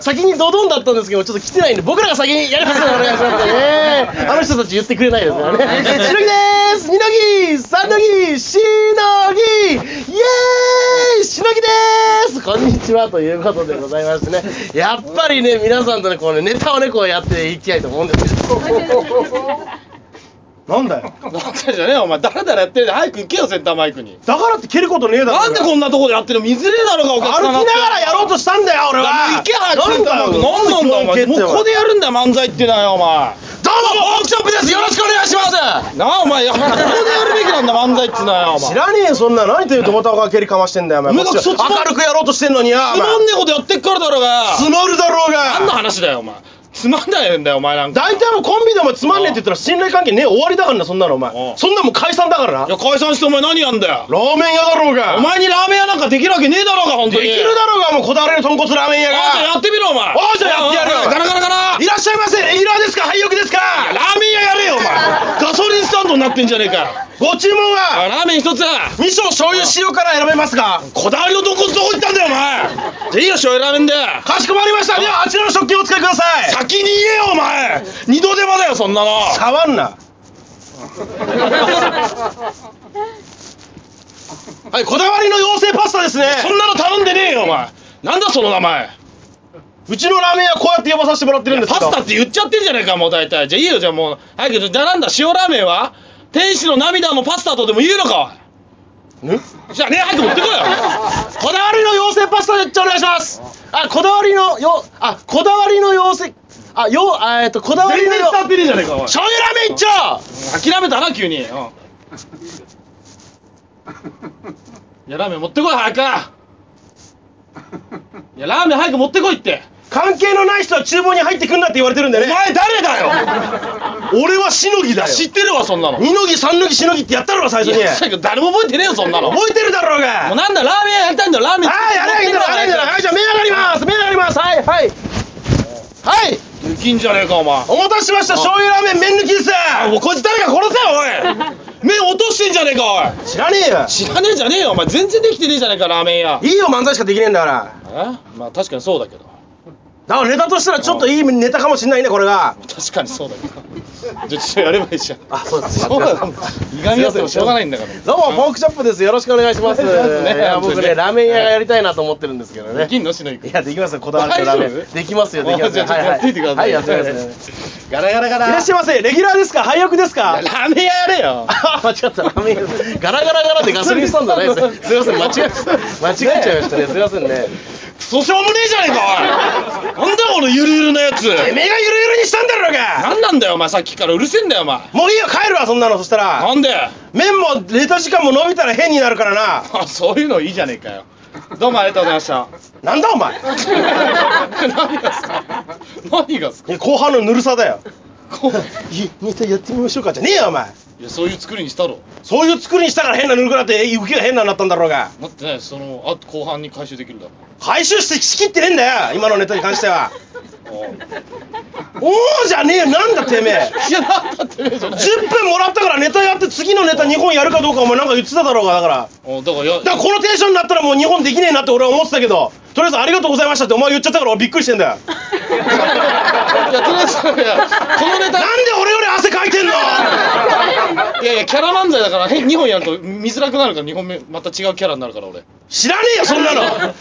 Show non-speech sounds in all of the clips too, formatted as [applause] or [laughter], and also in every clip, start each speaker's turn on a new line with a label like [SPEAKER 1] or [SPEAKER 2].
[SPEAKER 1] 先にドドンだったんですけど、ちょっと来てないんで、僕らが先にやりますのでお願いしますね。あの人たち言ってくれないですからね。しのぎです二のぎ三のぎしのぎイエーイしのぎですこんにちはということでございましてね。やっぱりね、皆さんとね、このネタをね、こうやっていきたいと思うんですけど。
[SPEAKER 2] なんだよ。
[SPEAKER 3] なんだじゃねえよお前ダラダラやってるで早く行けよセンターマイクに
[SPEAKER 2] だからって蹴ることねえだろ。
[SPEAKER 3] なんでこんなとこでやってるの見づれえだろうがお
[SPEAKER 2] 歩
[SPEAKER 3] 客
[SPEAKER 2] き
[SPEAKER 3] さん
[SPEAKER 2] ながらやろうとしたんだよ、俺は。
[SPEAKER 3] もう行け早くセ
[SPEAKER 2] なん
[SPEAKER 3] ンターマイ
[SPEAKER 2] だ
[SPEAKER 3] ク
[SPEAKER 2] よ。
[SPEAKER 3] なんなんだお前もうここでやるんだよ漫才ってなよお前
[SPEAKER 1] どうも、オークションプですよろしくお願いします
[SPEAKER 3] なあお前やここでやるべきなんだ漫才ってなよお前
[SPEAKER 2] 知らねえよ、そんな。何ていうとぼたが蹴りかましてんだよ、お前。
[SPEAKER 3] 目が
[SPEAKER 2] こっちは
[SPEAKER 3] くそつまん
[SPEAKER 2] 明るくやろうとしてんのにや。お
[SPEAKER 3] つ
[SPEAKER 2] 前
[SPEAKER 3] まんねえことやってっからだろうが
[SPEAKER 2] つまるだろう
[SPEAKER 3] 何の
[SPEAKER 2] が。
[SPEAKER 3] 話だよお前つまんないんだよお前なんか
[SPEAKER 2] 大体のコンビでお前つまんねえって言ったら信頼関係ねえ終わりだからな、そんなのお
[SPEAKER 3] う
[SPEAKER 2] 前。
[SPEAKER 3] ん
[SPEAKER 2] そんなもん解散だからな。
[SPEAKER 3] い
[SPEAKER 2] ラ
[SPEAKER 3] や解散してお前何やんだよ
[SPEAKER 2] ーメン屋だろうが。
[SPEAKER 3] お前にラーメン屋なんかできるわけねえだろうが本当
[SPEAKER 2] で
[SPEAKER 3] に
[SPEAKER 2] きるだろうが、もうこだわりの豚骨ラーメン屋が。
[SPEAKER 3] あんたやってみろお前
[SPEAKER 2] おうじゃあやってやるよ
[SPEAKER 3] ガラガラガラ
[SPEAKER 2] いらっしゃいませ、レギュラーですか、廃屋ですか。
[SPEAKER 3] ラーメン屋やれよお前ガソリンスタンドになってんじゃねえか
[SPEAKER 2] ご注文は
[SPEAKER 3] あラーメン一つ
[SPEAKER 2] 味噌醤油塩から選べますが
[SPEAKER 3] こだわりのどこどこ行ったんだよお前じゃあいいよ醤油ラーメンで
[SPEAKER 2] かしこまりましたではあちらの食器をお使いください
[SPEAKER 3] 先に言えよお前二度手間だよそんなの
[SPEAKER 2] 触んなはいこだわりの妖精パスタですね
[SPEAKER 3] そんなの頼んでねえよお前なんだその名前
[SPEAKER 2] うちのラーメン屋こうやって呼ばさせてもらってるんです
[SPEAKER 3] パ
[SPEAKER 2] けど
[SPEAKER 3] スタって言っちゃってるじゃないかもう大体じゃあいいよじゃあもう早くじゃあなんだ塩ラーメンは天使の涙のパスタとでも言うのか
[SPEAKER 2] ね
[SPEAKER 3] じゃあね早く持ってこいよ
[SPEAKER 1] こだわりの妖精パスタでっちゃお願いしますあ、こだわりのよ、あ、こだわりの妖精、あ、よ、あえっと、こだわり
[SPEAKER 3] 全
[SPEAKER 1] の
[SPEAKER 3] 然
[SPEAKER 1] よ
[SPEAKER 3] 伝わってねえじゃねえかおい
[SPEAKER 1] 醤油ラーメン一丁
[SPEAKER 3] 諦めたな急にうんいやラーメン持ってこい早くいやラーメン早く持ってこいって
[SPEAKER 2] 関係のない人は厨房に入ってくんなって言われてるんで
[SPEAKER 3] お
[SPEAKER 2] ね
[SPEAKER 3] 前誰だよ
[SPEAKER 2] 俺はしのぎだよ
[SPEAKER 3] 知ってるわそんなの
[SPEAKER 2] 二のぎ三のぎしのぎってやったろ最初
[SPEAKER 3] い
[SPEAKER 2] に
[SPEAKER 3] や
[SPEAKER 2] 覚
[SPEAKER 3] 誰も覚えてねえよそんなのも
[SPEAKER 2] えてるだろう
[SPEAKER 3] う
[SPEAKER 2] が
[SPEAKER 3] なんだラーメン屋やりたいんだよラーメン
[SPEAKER 2] はいやればいいんだろやればいいんだろはいじゃあ麺上がります麺上がりますはいはい
[SPEAKER 1] はい
[SPEAKER 3] できんじゃねえかお前
[SPEAKER 2] お待たせしました醤油ラーメン麺抜きです
[SPEAKER 3] おこいつ誰か殺せよおい目落としてんじゃねえかおい
[SPEAKER 2] 知らねえよ
[SPEAKER 3] 知らねえじゃねえよお前全然できてねえじゃねえかラーメン屋え
[SPEAKER 2] いいよ漫才しかできねえんだから
[SPEAKER 3] まあ確かにそうだけど
[SPEAKER 2] だからネタとしたらちょっといいネタかもしんないねこれが
[SPEAKER 3] 確かにそうだけどじゃあちょっとやればいいじゃん
[SPEAKER 2] あそうです
[SPEAKER 3] そうだよいがみ合ってもしょうがないんだから
[SPEAKER 1] どうも、ポークチョップです。よろしくお願いします。いや、僕ね、ラーメン屋がやりたいなと思ってるんですけどね
[SPEAKER 3] で。きんのしない
[SPEAKER 1] いや、できますよ、こだわりのラーメ
[SPEAKER 3] 大丈
[SPEAKER 1] ン。
[SPEAKER 3] 夫
[SPEAKER 1] できますよ、できますよ。
[SPEAKER 3] あじゃあちょっとやってみてくださ
[SPEAKER 1] はいい、はい、はいやってみますね。
[SPEAKER 3] ガラガラガラ
[SPEAKER 2] いらっしゃいませレギュラーですか配役ですか
[SPEAKER 3] ラーメン屋やれよ
[SPEAKER 1] あ、間違った、ラーメン屋。ガラガラガラでガソリンスタンドじゃないですね。すいません、間違え、間違えちゃいましたね。すいませんね。
[SPEAKER 3] クソしょうもねえじゃねえかおいなんだこのゆるゆるなやつ
[SPEAKER 2] てめえがゆるゆるにしたんだろうが
[SPEAKER 3] なんなんだよお前さっきからうるせえんだよお前
[SPEAKER 2] もういいよ帰るわそんなのそしたら
[SPEAKER 3] なんで
[SPEAKER 2] 麺もネタ時間も伸びたら変になるからな
[SPEAKER 3] あそういうのいいじゃねえかよどうもありがとうございました
[SPEAKER 2] なんだお前
[SPEAKER 3] 何がっすか何がっすか
[SPEAKER 2] いや後半のぬるさだよ
[SPEAKER 3] こう
[SPEAKER 2] いネタやってみましょうかじゃねえよお前
[SPEAKER 3] いやそういう作りにしたろ
[SPEAKER 2] そういう作りにしたから変なぬるくなってえ受けが変なになったんだろうが
[SPEAKER 3] なってないそのあと後半に回収できるだろ
[SPEAKER 2] 回収してしきってねえんだよ今のネタに関しては
[SPEAKER 3] おう
[SPEAKER 2] おおじゃねえよなんだてめえ
[SPEAKER 3] いやなんだってねえじゃない
[SPEAKER 2] 10分もらったからネタやって次のネタ2本やるかどうかお前なんか言ってただろうがだから
[SPEAKER 3] おうだからや
[SPEAKER 2] だからこのテンションになったらもう2本できねえなって俺は思ってたけどとりあえずありがとうございましたってお前言っちゃったから俺びっくりしてんだよ
[SPEAKER 3] いやとりあえずいやこのネ
[SPEAKER 2] なん
[SPEAKER 3] タ
[SPEAKER 2] で俺より汗かいてんの
[SPEAKER 3] いやいやキャラ漫才だからへ2本やると見づらくなるから2本目また違うキャラになるから俺だか
[SPEAKER 2] 知らねえよそんなのだからど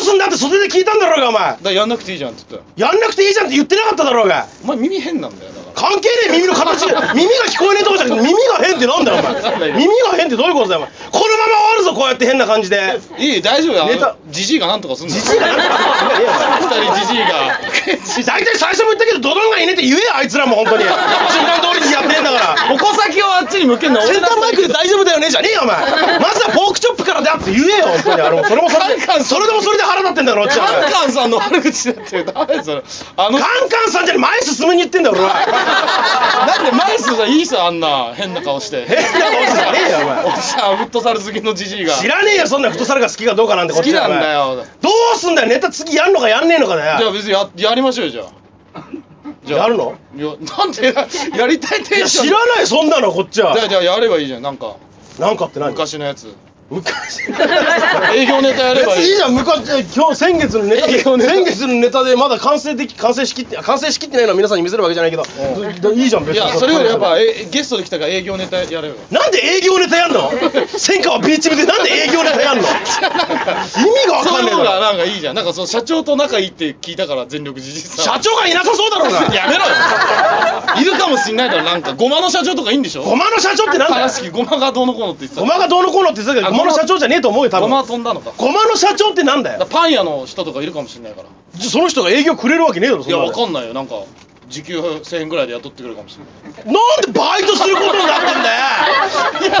[SPEAKER 2] うすんだって袖で聞いたんだろうがお前
[SPEAKER 3] らやんなくていいじゃんって言ったよ
[SPEAKER 2] やんなくていいじゃんって言ってなかっただろうが
[SPEAKER 3] お前耳変なんだよだか
[SPEAKER 2] 関係ねえ耳の形で耳が聞こえねえとこじゃなくて耳が変ってなんだよお前耳が変ってどういうことだよお前このまま終わるぞこうやって変な感じで
[SPEAKER 3] らいい大丈夫
[SPEAKER 2] ネタ
[SPEAKER 3] よじじいがなんとかすんだよ
[SPEAKER 2] じじいがなんとかすんだよいや
[SPEAKER 3] 2人じじい
[SPEAKER 2] [laughs]
[SPEAKER 3] が
[SPEAKER 2] 大体最初も言ったけどドドンがいねえって言えよあいつらも本当
[SPEAKER 3] [laughs]
[SPEAKER 2] に診断通りにやってんだから
[SPEAKER 3] 矛先をあっちに向けんの
[SPEAKER 2] セ
[SPEAKER 3] 俺
[SPEAKER 2] ンタ
[SPEAKER 3] だ
[SPEAKER 2] ーマイクで大丈夫だよねじゃねえよお前まずはポークチョップからだって言えよ本当にあのそれもそれで
[SPEAKER 3] カンカン
[SPEAKER 2] それでもそれで腹立ってんだろこっちは
[SPEAKER 3] カンカンさんの悪口だってダメだよそれあの
[SPEAKER 2] カンカンさんじゃねえ前進むに言ってんだよ俺
[SPEAKER 3] [laughs]
[SPEAKER 2] は
[SPEAKER 3] なんでマイスじゃいいさあんな変な顔して
[SPEAKER 2] 変な顔してねえよお前
[SPEAKER 3] おっしゃフットサル好きのじじいが
[SPEAKER 2] 知らねえよそんな太さが好きかどうかなんてこ
[SPEAKER 3] 好
[SPEAKER 2] っち
[SPEAKER 3] き
[SPEAKER 2] は
[SPEAKER 3] な
[SPEAKER 2] お
[SPEAKER 3] ん
[SPEAKER 2] 前
[SPEAKER 3] だよ
[SPEAKER 2] どうすんだよネタ次やんのかやんねえのかだ
[SPEAKER 3] じゃ
[SPEAKER 2] よ
[SPEAKER 3] あ別にややりましょうよじゃあじゃあ
[SPEAKER 2] やるの
[SPEAKER 3] いやなんでややりたいテ
[SPEAKER 2] い
[SPEAKER 3] ン
[SPEAKER 2] や
[SPEAKER 3] ション
[SPEAKER 2] 知らないそんなのこっちは
[SPEAKER 3] じゃあじゃあやればいいじゃんなんか
[SPEAKER 2] なんかって何
[SPEAKER 3] 昔のやつ
[SPEAKER 2] 昔昔
[SPEAKER 3] 営業ネタやればい
[SPEAKER 2] 別
[SPEAKER 3] い
[SPEAKER 2] にいいじゃん昔今日先月のネタで
[SPEAKER 3] [laughs] 営業ネタ
[SPEAKER 2] 先月のネタでまだ完成でき完成しきって完成しきってないのは皆さんに見せるわけじゃないけどいいじゃん別
[SPEAKER 3] い
[SPEAKER 2] に
[SPEAKER 3] やそれよりやっぱえゲストで来たから営業ネタやれよ
[SPEAKER 2] なんで営業ネタやんの戦火はビーチ部でなんで営業ネタやんの意味がわ
[SPEAKER 3] そう
[SPEAKER 2] か
[SPEAKER 3] い
[SPEAKER 2] ん
[SPEAKER 3] う
[SPEAKER 2] ねえ
[SPEAKER 3] のが
[SPEAKER 2] な
[SPEAKER 3] なんかいいじゃんなんかその社長と仲いいって聞いたから全力じじいさん
[SPEAKER 2] 社長がいなさそうだろうが
[SPEAKER 3] やめろよいるかもしんないだろなんかゴマの社長とかいいんでしょ
[SPEAKER 2] ごまの社長ってなんだよ
[SPEAKER 3] 話聞きゴマがどうのこうのって言ってた
[SPEAKER 2] ごまがどうのこうのって言ってたけど
[SPEAKER 3] あ
[SPEAKER 2] ごまの社長じゃねえと思うよ多
[SPEAKER 3] ゴ
[SPEAKER 2] 分
[SPEAKER 3] マは飛んだのか
[SPEAKER 2] ごまの社長ってなんだ
[SPEAKER 3] だ
[SPEAKER 2] よ
[SPEAKER 3] パン屋の人とかいるかもしんないから
[SPEAKER 2] その人が営業くれるわけねえだろそ
[SPEAKER 3] いやわか
[SPEAKER 2] なん
[SPEAKER 3] ないよなんか時給1000円ぐらいで雇ってくれるかもしんない
[SPEAKER 2] のなんでバイトすることになってんだよ営業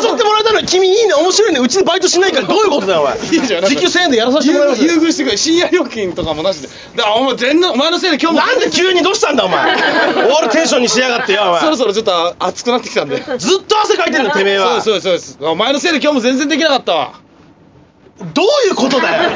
[SPEAKER 2] で誘ってもらえたのに君いいね面白いねうちでバイトしないからどういうことだよお前
[SPEAKER 3] いいじゃんなん
[SPEAKER 2] 時
[SPEAKER 3] か
[SPEAKER 2] 給1000円でやらさせてもらいます
[SPEAKER 3] 優遇してくれ深夜料金とかもなしでだからお前全然お前のせいで今日も
[SPEAKER 2] なんで急にどうしたんだお前終わるテンションにしやがってよお前
[SPEAKER 3] そろそろちょっと熱くなってきたんで
[SPEAKER 2] ずっと汗かいてんだよてめえは
[SPEAKER 3] そうですそうですそうですお前のせいで今日も全然できなかったわ
[SPEAKER 2] どういうことだよ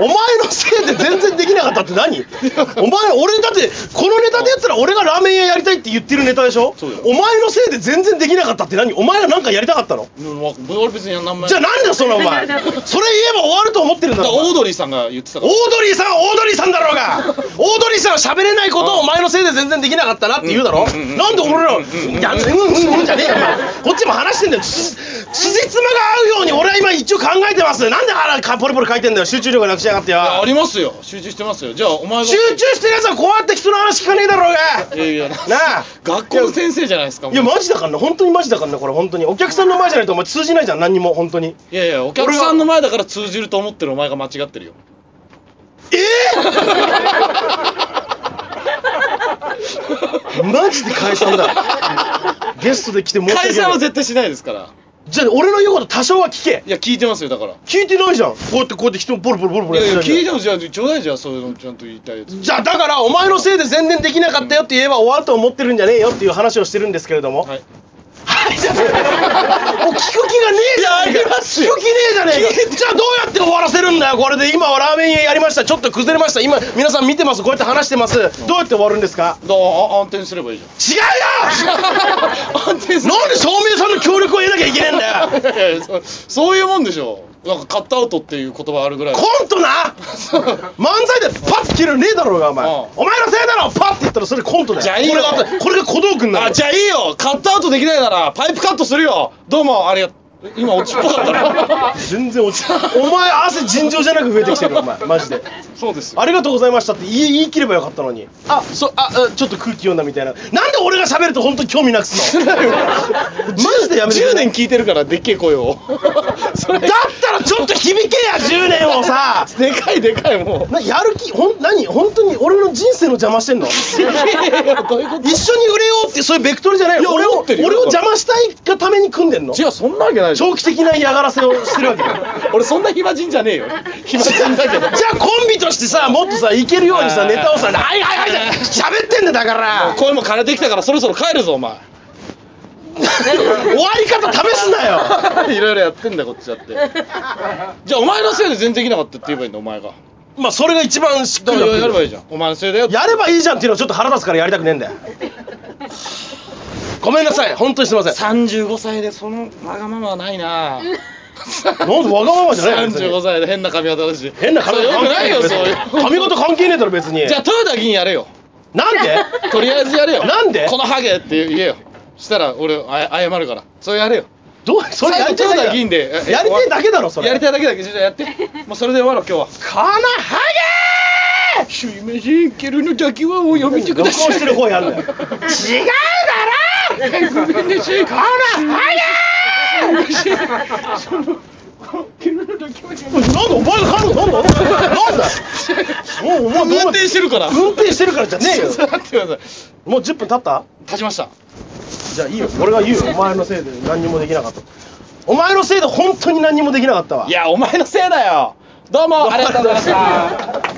[SPEAKER 2] お前のせいで全然できなかったって何お前俺だってこのネタでやったら俺がラーメン屋やりたいって言ってるネタでしょ
[SPEAKER 3] そうだよ
[SPEAKER 2] お前のせいで全然できなかったって何お前が何かやりたかったの
[SPEAKER 3] うんわ俺別に何枚
[SPEAKER 2] じゃあなんだよそのお
[SPEAKER 3] [laughs]
[SPEAKER 2] 前それ言えば終わると思ってるんだ
[SPEAKER 3] だ
[SPEAKER 2] ろお
[SPEAKER 3] から
[SPEAKER 2] 前
[SPEAKER 3] オードリーさんが言ってた
[SPEAKER 2] オ
[SPEAKER 3] から
[SPEAKER 2] ードリーさんはオードリーさんだろう
[SPEAKER 3] [laughs]
[SPEAKER 2] がオードリーさんは喋れないことをお前のせいで全然できなかったなって言うだろ
[SPEAKER 3] うんうんうん
[SPEAKER 2] なんで俺ら「いやうんうんうん」じゃねえよお前こっちも話してんだよつつじつまが合うように俺は今一応考えてますなんで腹かポリポリ書いてんだよ集中力なくしやがってよ
[SPEAKER 3] いやありますよ集中してますよじゃあお前が
[SPEAKER 2] 集中してるやつはこうやって人の話聞かねえだろう
[SPEAKER 3] い
[SPEAKER 2] が
[SPEAKER 3] やいや
[SPEAKER 2] なあ
[SPEAKER 3] 学校の先生じゃないですかもう
[SPEAKER 2] いやマジだからな本当にマジだからなこれ本当にお客さんの前じゃないとお前通じないじゃん何にも本当に
[SPEAKER 3] いやいやお客さんの前だから通じると思ってるお前が間違ってるよ
[SPEAKER 2] ええ [laughs] マジで解散だゲストで来て申し訳ない
[SPEAKER 3] 解散は絶対しないですから
[SPEAKER 2] じゃあ俺の言うこと多少は聞け
[SPEAKER 3] いや聞いてますよだから
[SPEAKER 2] 聞いてないじゃんこうやってこうやって人をボロボロボロボロ
[SPEAKER 3] いやいや
[SPEAKER 2] やって
[SPEAKER 3] 聞い
[SPEAKER 2] る
[SPEAKER 3] てもじゃあちょうだいじゃあそういうのちゃんと言いたいやつ
[SPEAKER 2] じゃあだからお前のせいで全然できなかったよって言えば終わると思ってるんじゃねえよっていう話をしてるんですけれども
[SPEAKER 3] はい
[SPEAKER 2] はいじゃあもう聞く気がねえじゃねえ
[SPEAKER 3] いやあり
[SPEAKER 2] か
[SPEAKER 3] ます
[SPEAKER 2] 聞
[SPEAKER 3] よ
[SPEAKER 2] く気ねえじゃねえかじゃあどうやって終わらせるんだよこれで今はラーメン屋やりましたちょっと崩れました今皆さん見てますこうやって話してますどうやって終わるんですか
[SPEAKER 3] だあ暗転すればいいじゃん
[SPEAKER 2] 違うよ
[SPEAKER 3] [laughs] 暗転すれば
[SPEAKER 2] なんで照明さんの協力を得なきゃいけねえんだよ
[SPEAKER 3] いやいやそそういうもんでしょなんかカットアウトっていう言葉あるぐらい
[SPEAKER 2] コントな漫才でパッて切るねえだろうがお前
[SPEAKER 3] ああ
[SPEAKER 2] お前のせいだろパッて言ったらそれコントだよ
[SPEAKER 3] じゃあいいよ
[SPEAKER 2] これがこれが小道具になる
[SPEAKER 3] あじゃあいいよカットアウトできないならパイプカットするよどうもありがとう今落ちっぽかったな
[SPEAKER 2] 全然落ちないお前汗尋常じゃなく増えてきてるお前マジで
[SPEAKER 3] [laughs] そうですよ
[SPEAKER 2] ありがとうございましたって言い言い切ればよかったのにあそああちょっと空気読んだみたいななんで俺が喋ると本当に興味なくす [laughs] のマジでやめてくれ
[SPEAKER 3] 10年聞いてるからでっけえ声をそれ
[SPEAKER 2] だったらちょっと響けや10年をさ
[SPEAKER 3] でかいでかいもう
[SPEAKER 2] なやる気ほん何本当に俺の人生の邪魔してん [laughs] の
[SPEAKER 3] どういうこ
[SPEAKER 2] 一緒に売れようってそういうベクトルじゃない
[SPEAKER 3] いや
[SPEAKER 2] 俺を
[SPEAKER 3] 思ってるよ
[SPEAKER 2] 俺を邪魔したいがために組んでんの
[SPEAKER 3] と違うそんなわけないじゃん
[SPEAKER 2] 長期的な嫌がらせをしてる [laughs] わけじゃ
[SPEAKER 3] 俺そんな暇人じゃねえよ暇人だけど
[SPEAKER 2] あコンビとしてさもっとさいけるように
[SPEAKER 3] あ
[SPEAKER 2] さ
[SPEAKER 3] ー
[SPEAKER 2] ネタをさ「はいはいはい」喋ってんだよだから
[SPEAKER 3] 声も枯れてきたからそろそろ帰るぞ
[SPEAKER 2] [laughs]
[SPEAKER 3] お前
[SPEAKER 2] 終わり方試すなよ
[SPEAKER 3] いろいろやってんだこっちだって [laughs] じゃあお前のせいで全然できなかったって言えばいいんだお前が
[SPEAKER 2] [laughs] まあそれが一番しっ
[SPEAKER 3] だ
[SPEAKER 2] く
[SPEAKER 3] か
[SPEAKER 2] り
[SPEAKER 3] ら
[SPEAKER 2] く
[SPEAKER 3] やれば
[SPEAKER 2] る
[SPEAKER 3] いいじゃんお前のせいだよ
[SPEAKER 2] やればいいじゃんっていうのはちょっと腹立つからやりたくねえんだ [laughs] よごめんなさい本当にすいません
[SPEAKER 3] 35歳でそのわがままはないな
[SPEAKER 2] なんでわがままじゃないよ別に
[SPEAKER 3] 35歳で変な髪型だし
[SPEAKER 2] 変な髪型
[SPEAKER 3] よくないよ
[SPEAKER 2] 関係
[SPEAKER 3] そう
[SPEAKER 2] ねえ
[SPEAKER 3] い
[SPEAKER 2] よ
[SPEAKER 3] う
[SPEAKER 2] 別に髪型関係ねえだろ別に
[SPEAKER 3] じゃあ豊田議員やれよ
[SPEAKER 2] なんで
[SPEAKER 3] とりあえずやれよ
[SPEAKER 2] なんで
[SPEAKER 3] このハゲって言えよしたら俺あ謝るからそれやれよ
[SPEAKER 2] どうそれやりたいだ
[SPEAKER 3] 豊田
[SPEAKER 2] け
[SPEAKER 3] 議員でええ
[SPEAKER 2] やりたいだけだろそれ
[SPEAKER 3] やりたいだけだけどじゃあやってもうそれで終わろう今日
[SPEAKER 2] [laughs]
[SPEAKER 3] は
[SPEAKER 2] このハゲ
[SPEAKER 3] すいませんケルの先はお読みてく
[SPEAKER 2] 録
[SPEAKER 3] だ
[SPEAKER 2] 音
[SPEAKER 3] [laughs] さい
[SPEAKER 2] してる方やるんだよ違うだろ
[SPEAKER 3] ご [laughs] めんなさいこ
[SPEAKER 2] のハゲなんだお前が彼女なんだなんだもうお前
[SPEAKER 3] 運転してるから [laughs]
[SPEAKER 2] 運転してるからじゃねえよ
[SPEAKER 3] ちょっと待ってください
[SPEAKER 2] もう10分経った
[SPEAKER 3] 立ちました
[SPEAKER 2] じゃあいいよ俺が言うよお前のせいで何にもできなかったお前のせいで本当に何にもできなかったわ
[SPEAKER 3] いやお前のせいだよどうもありがとうございました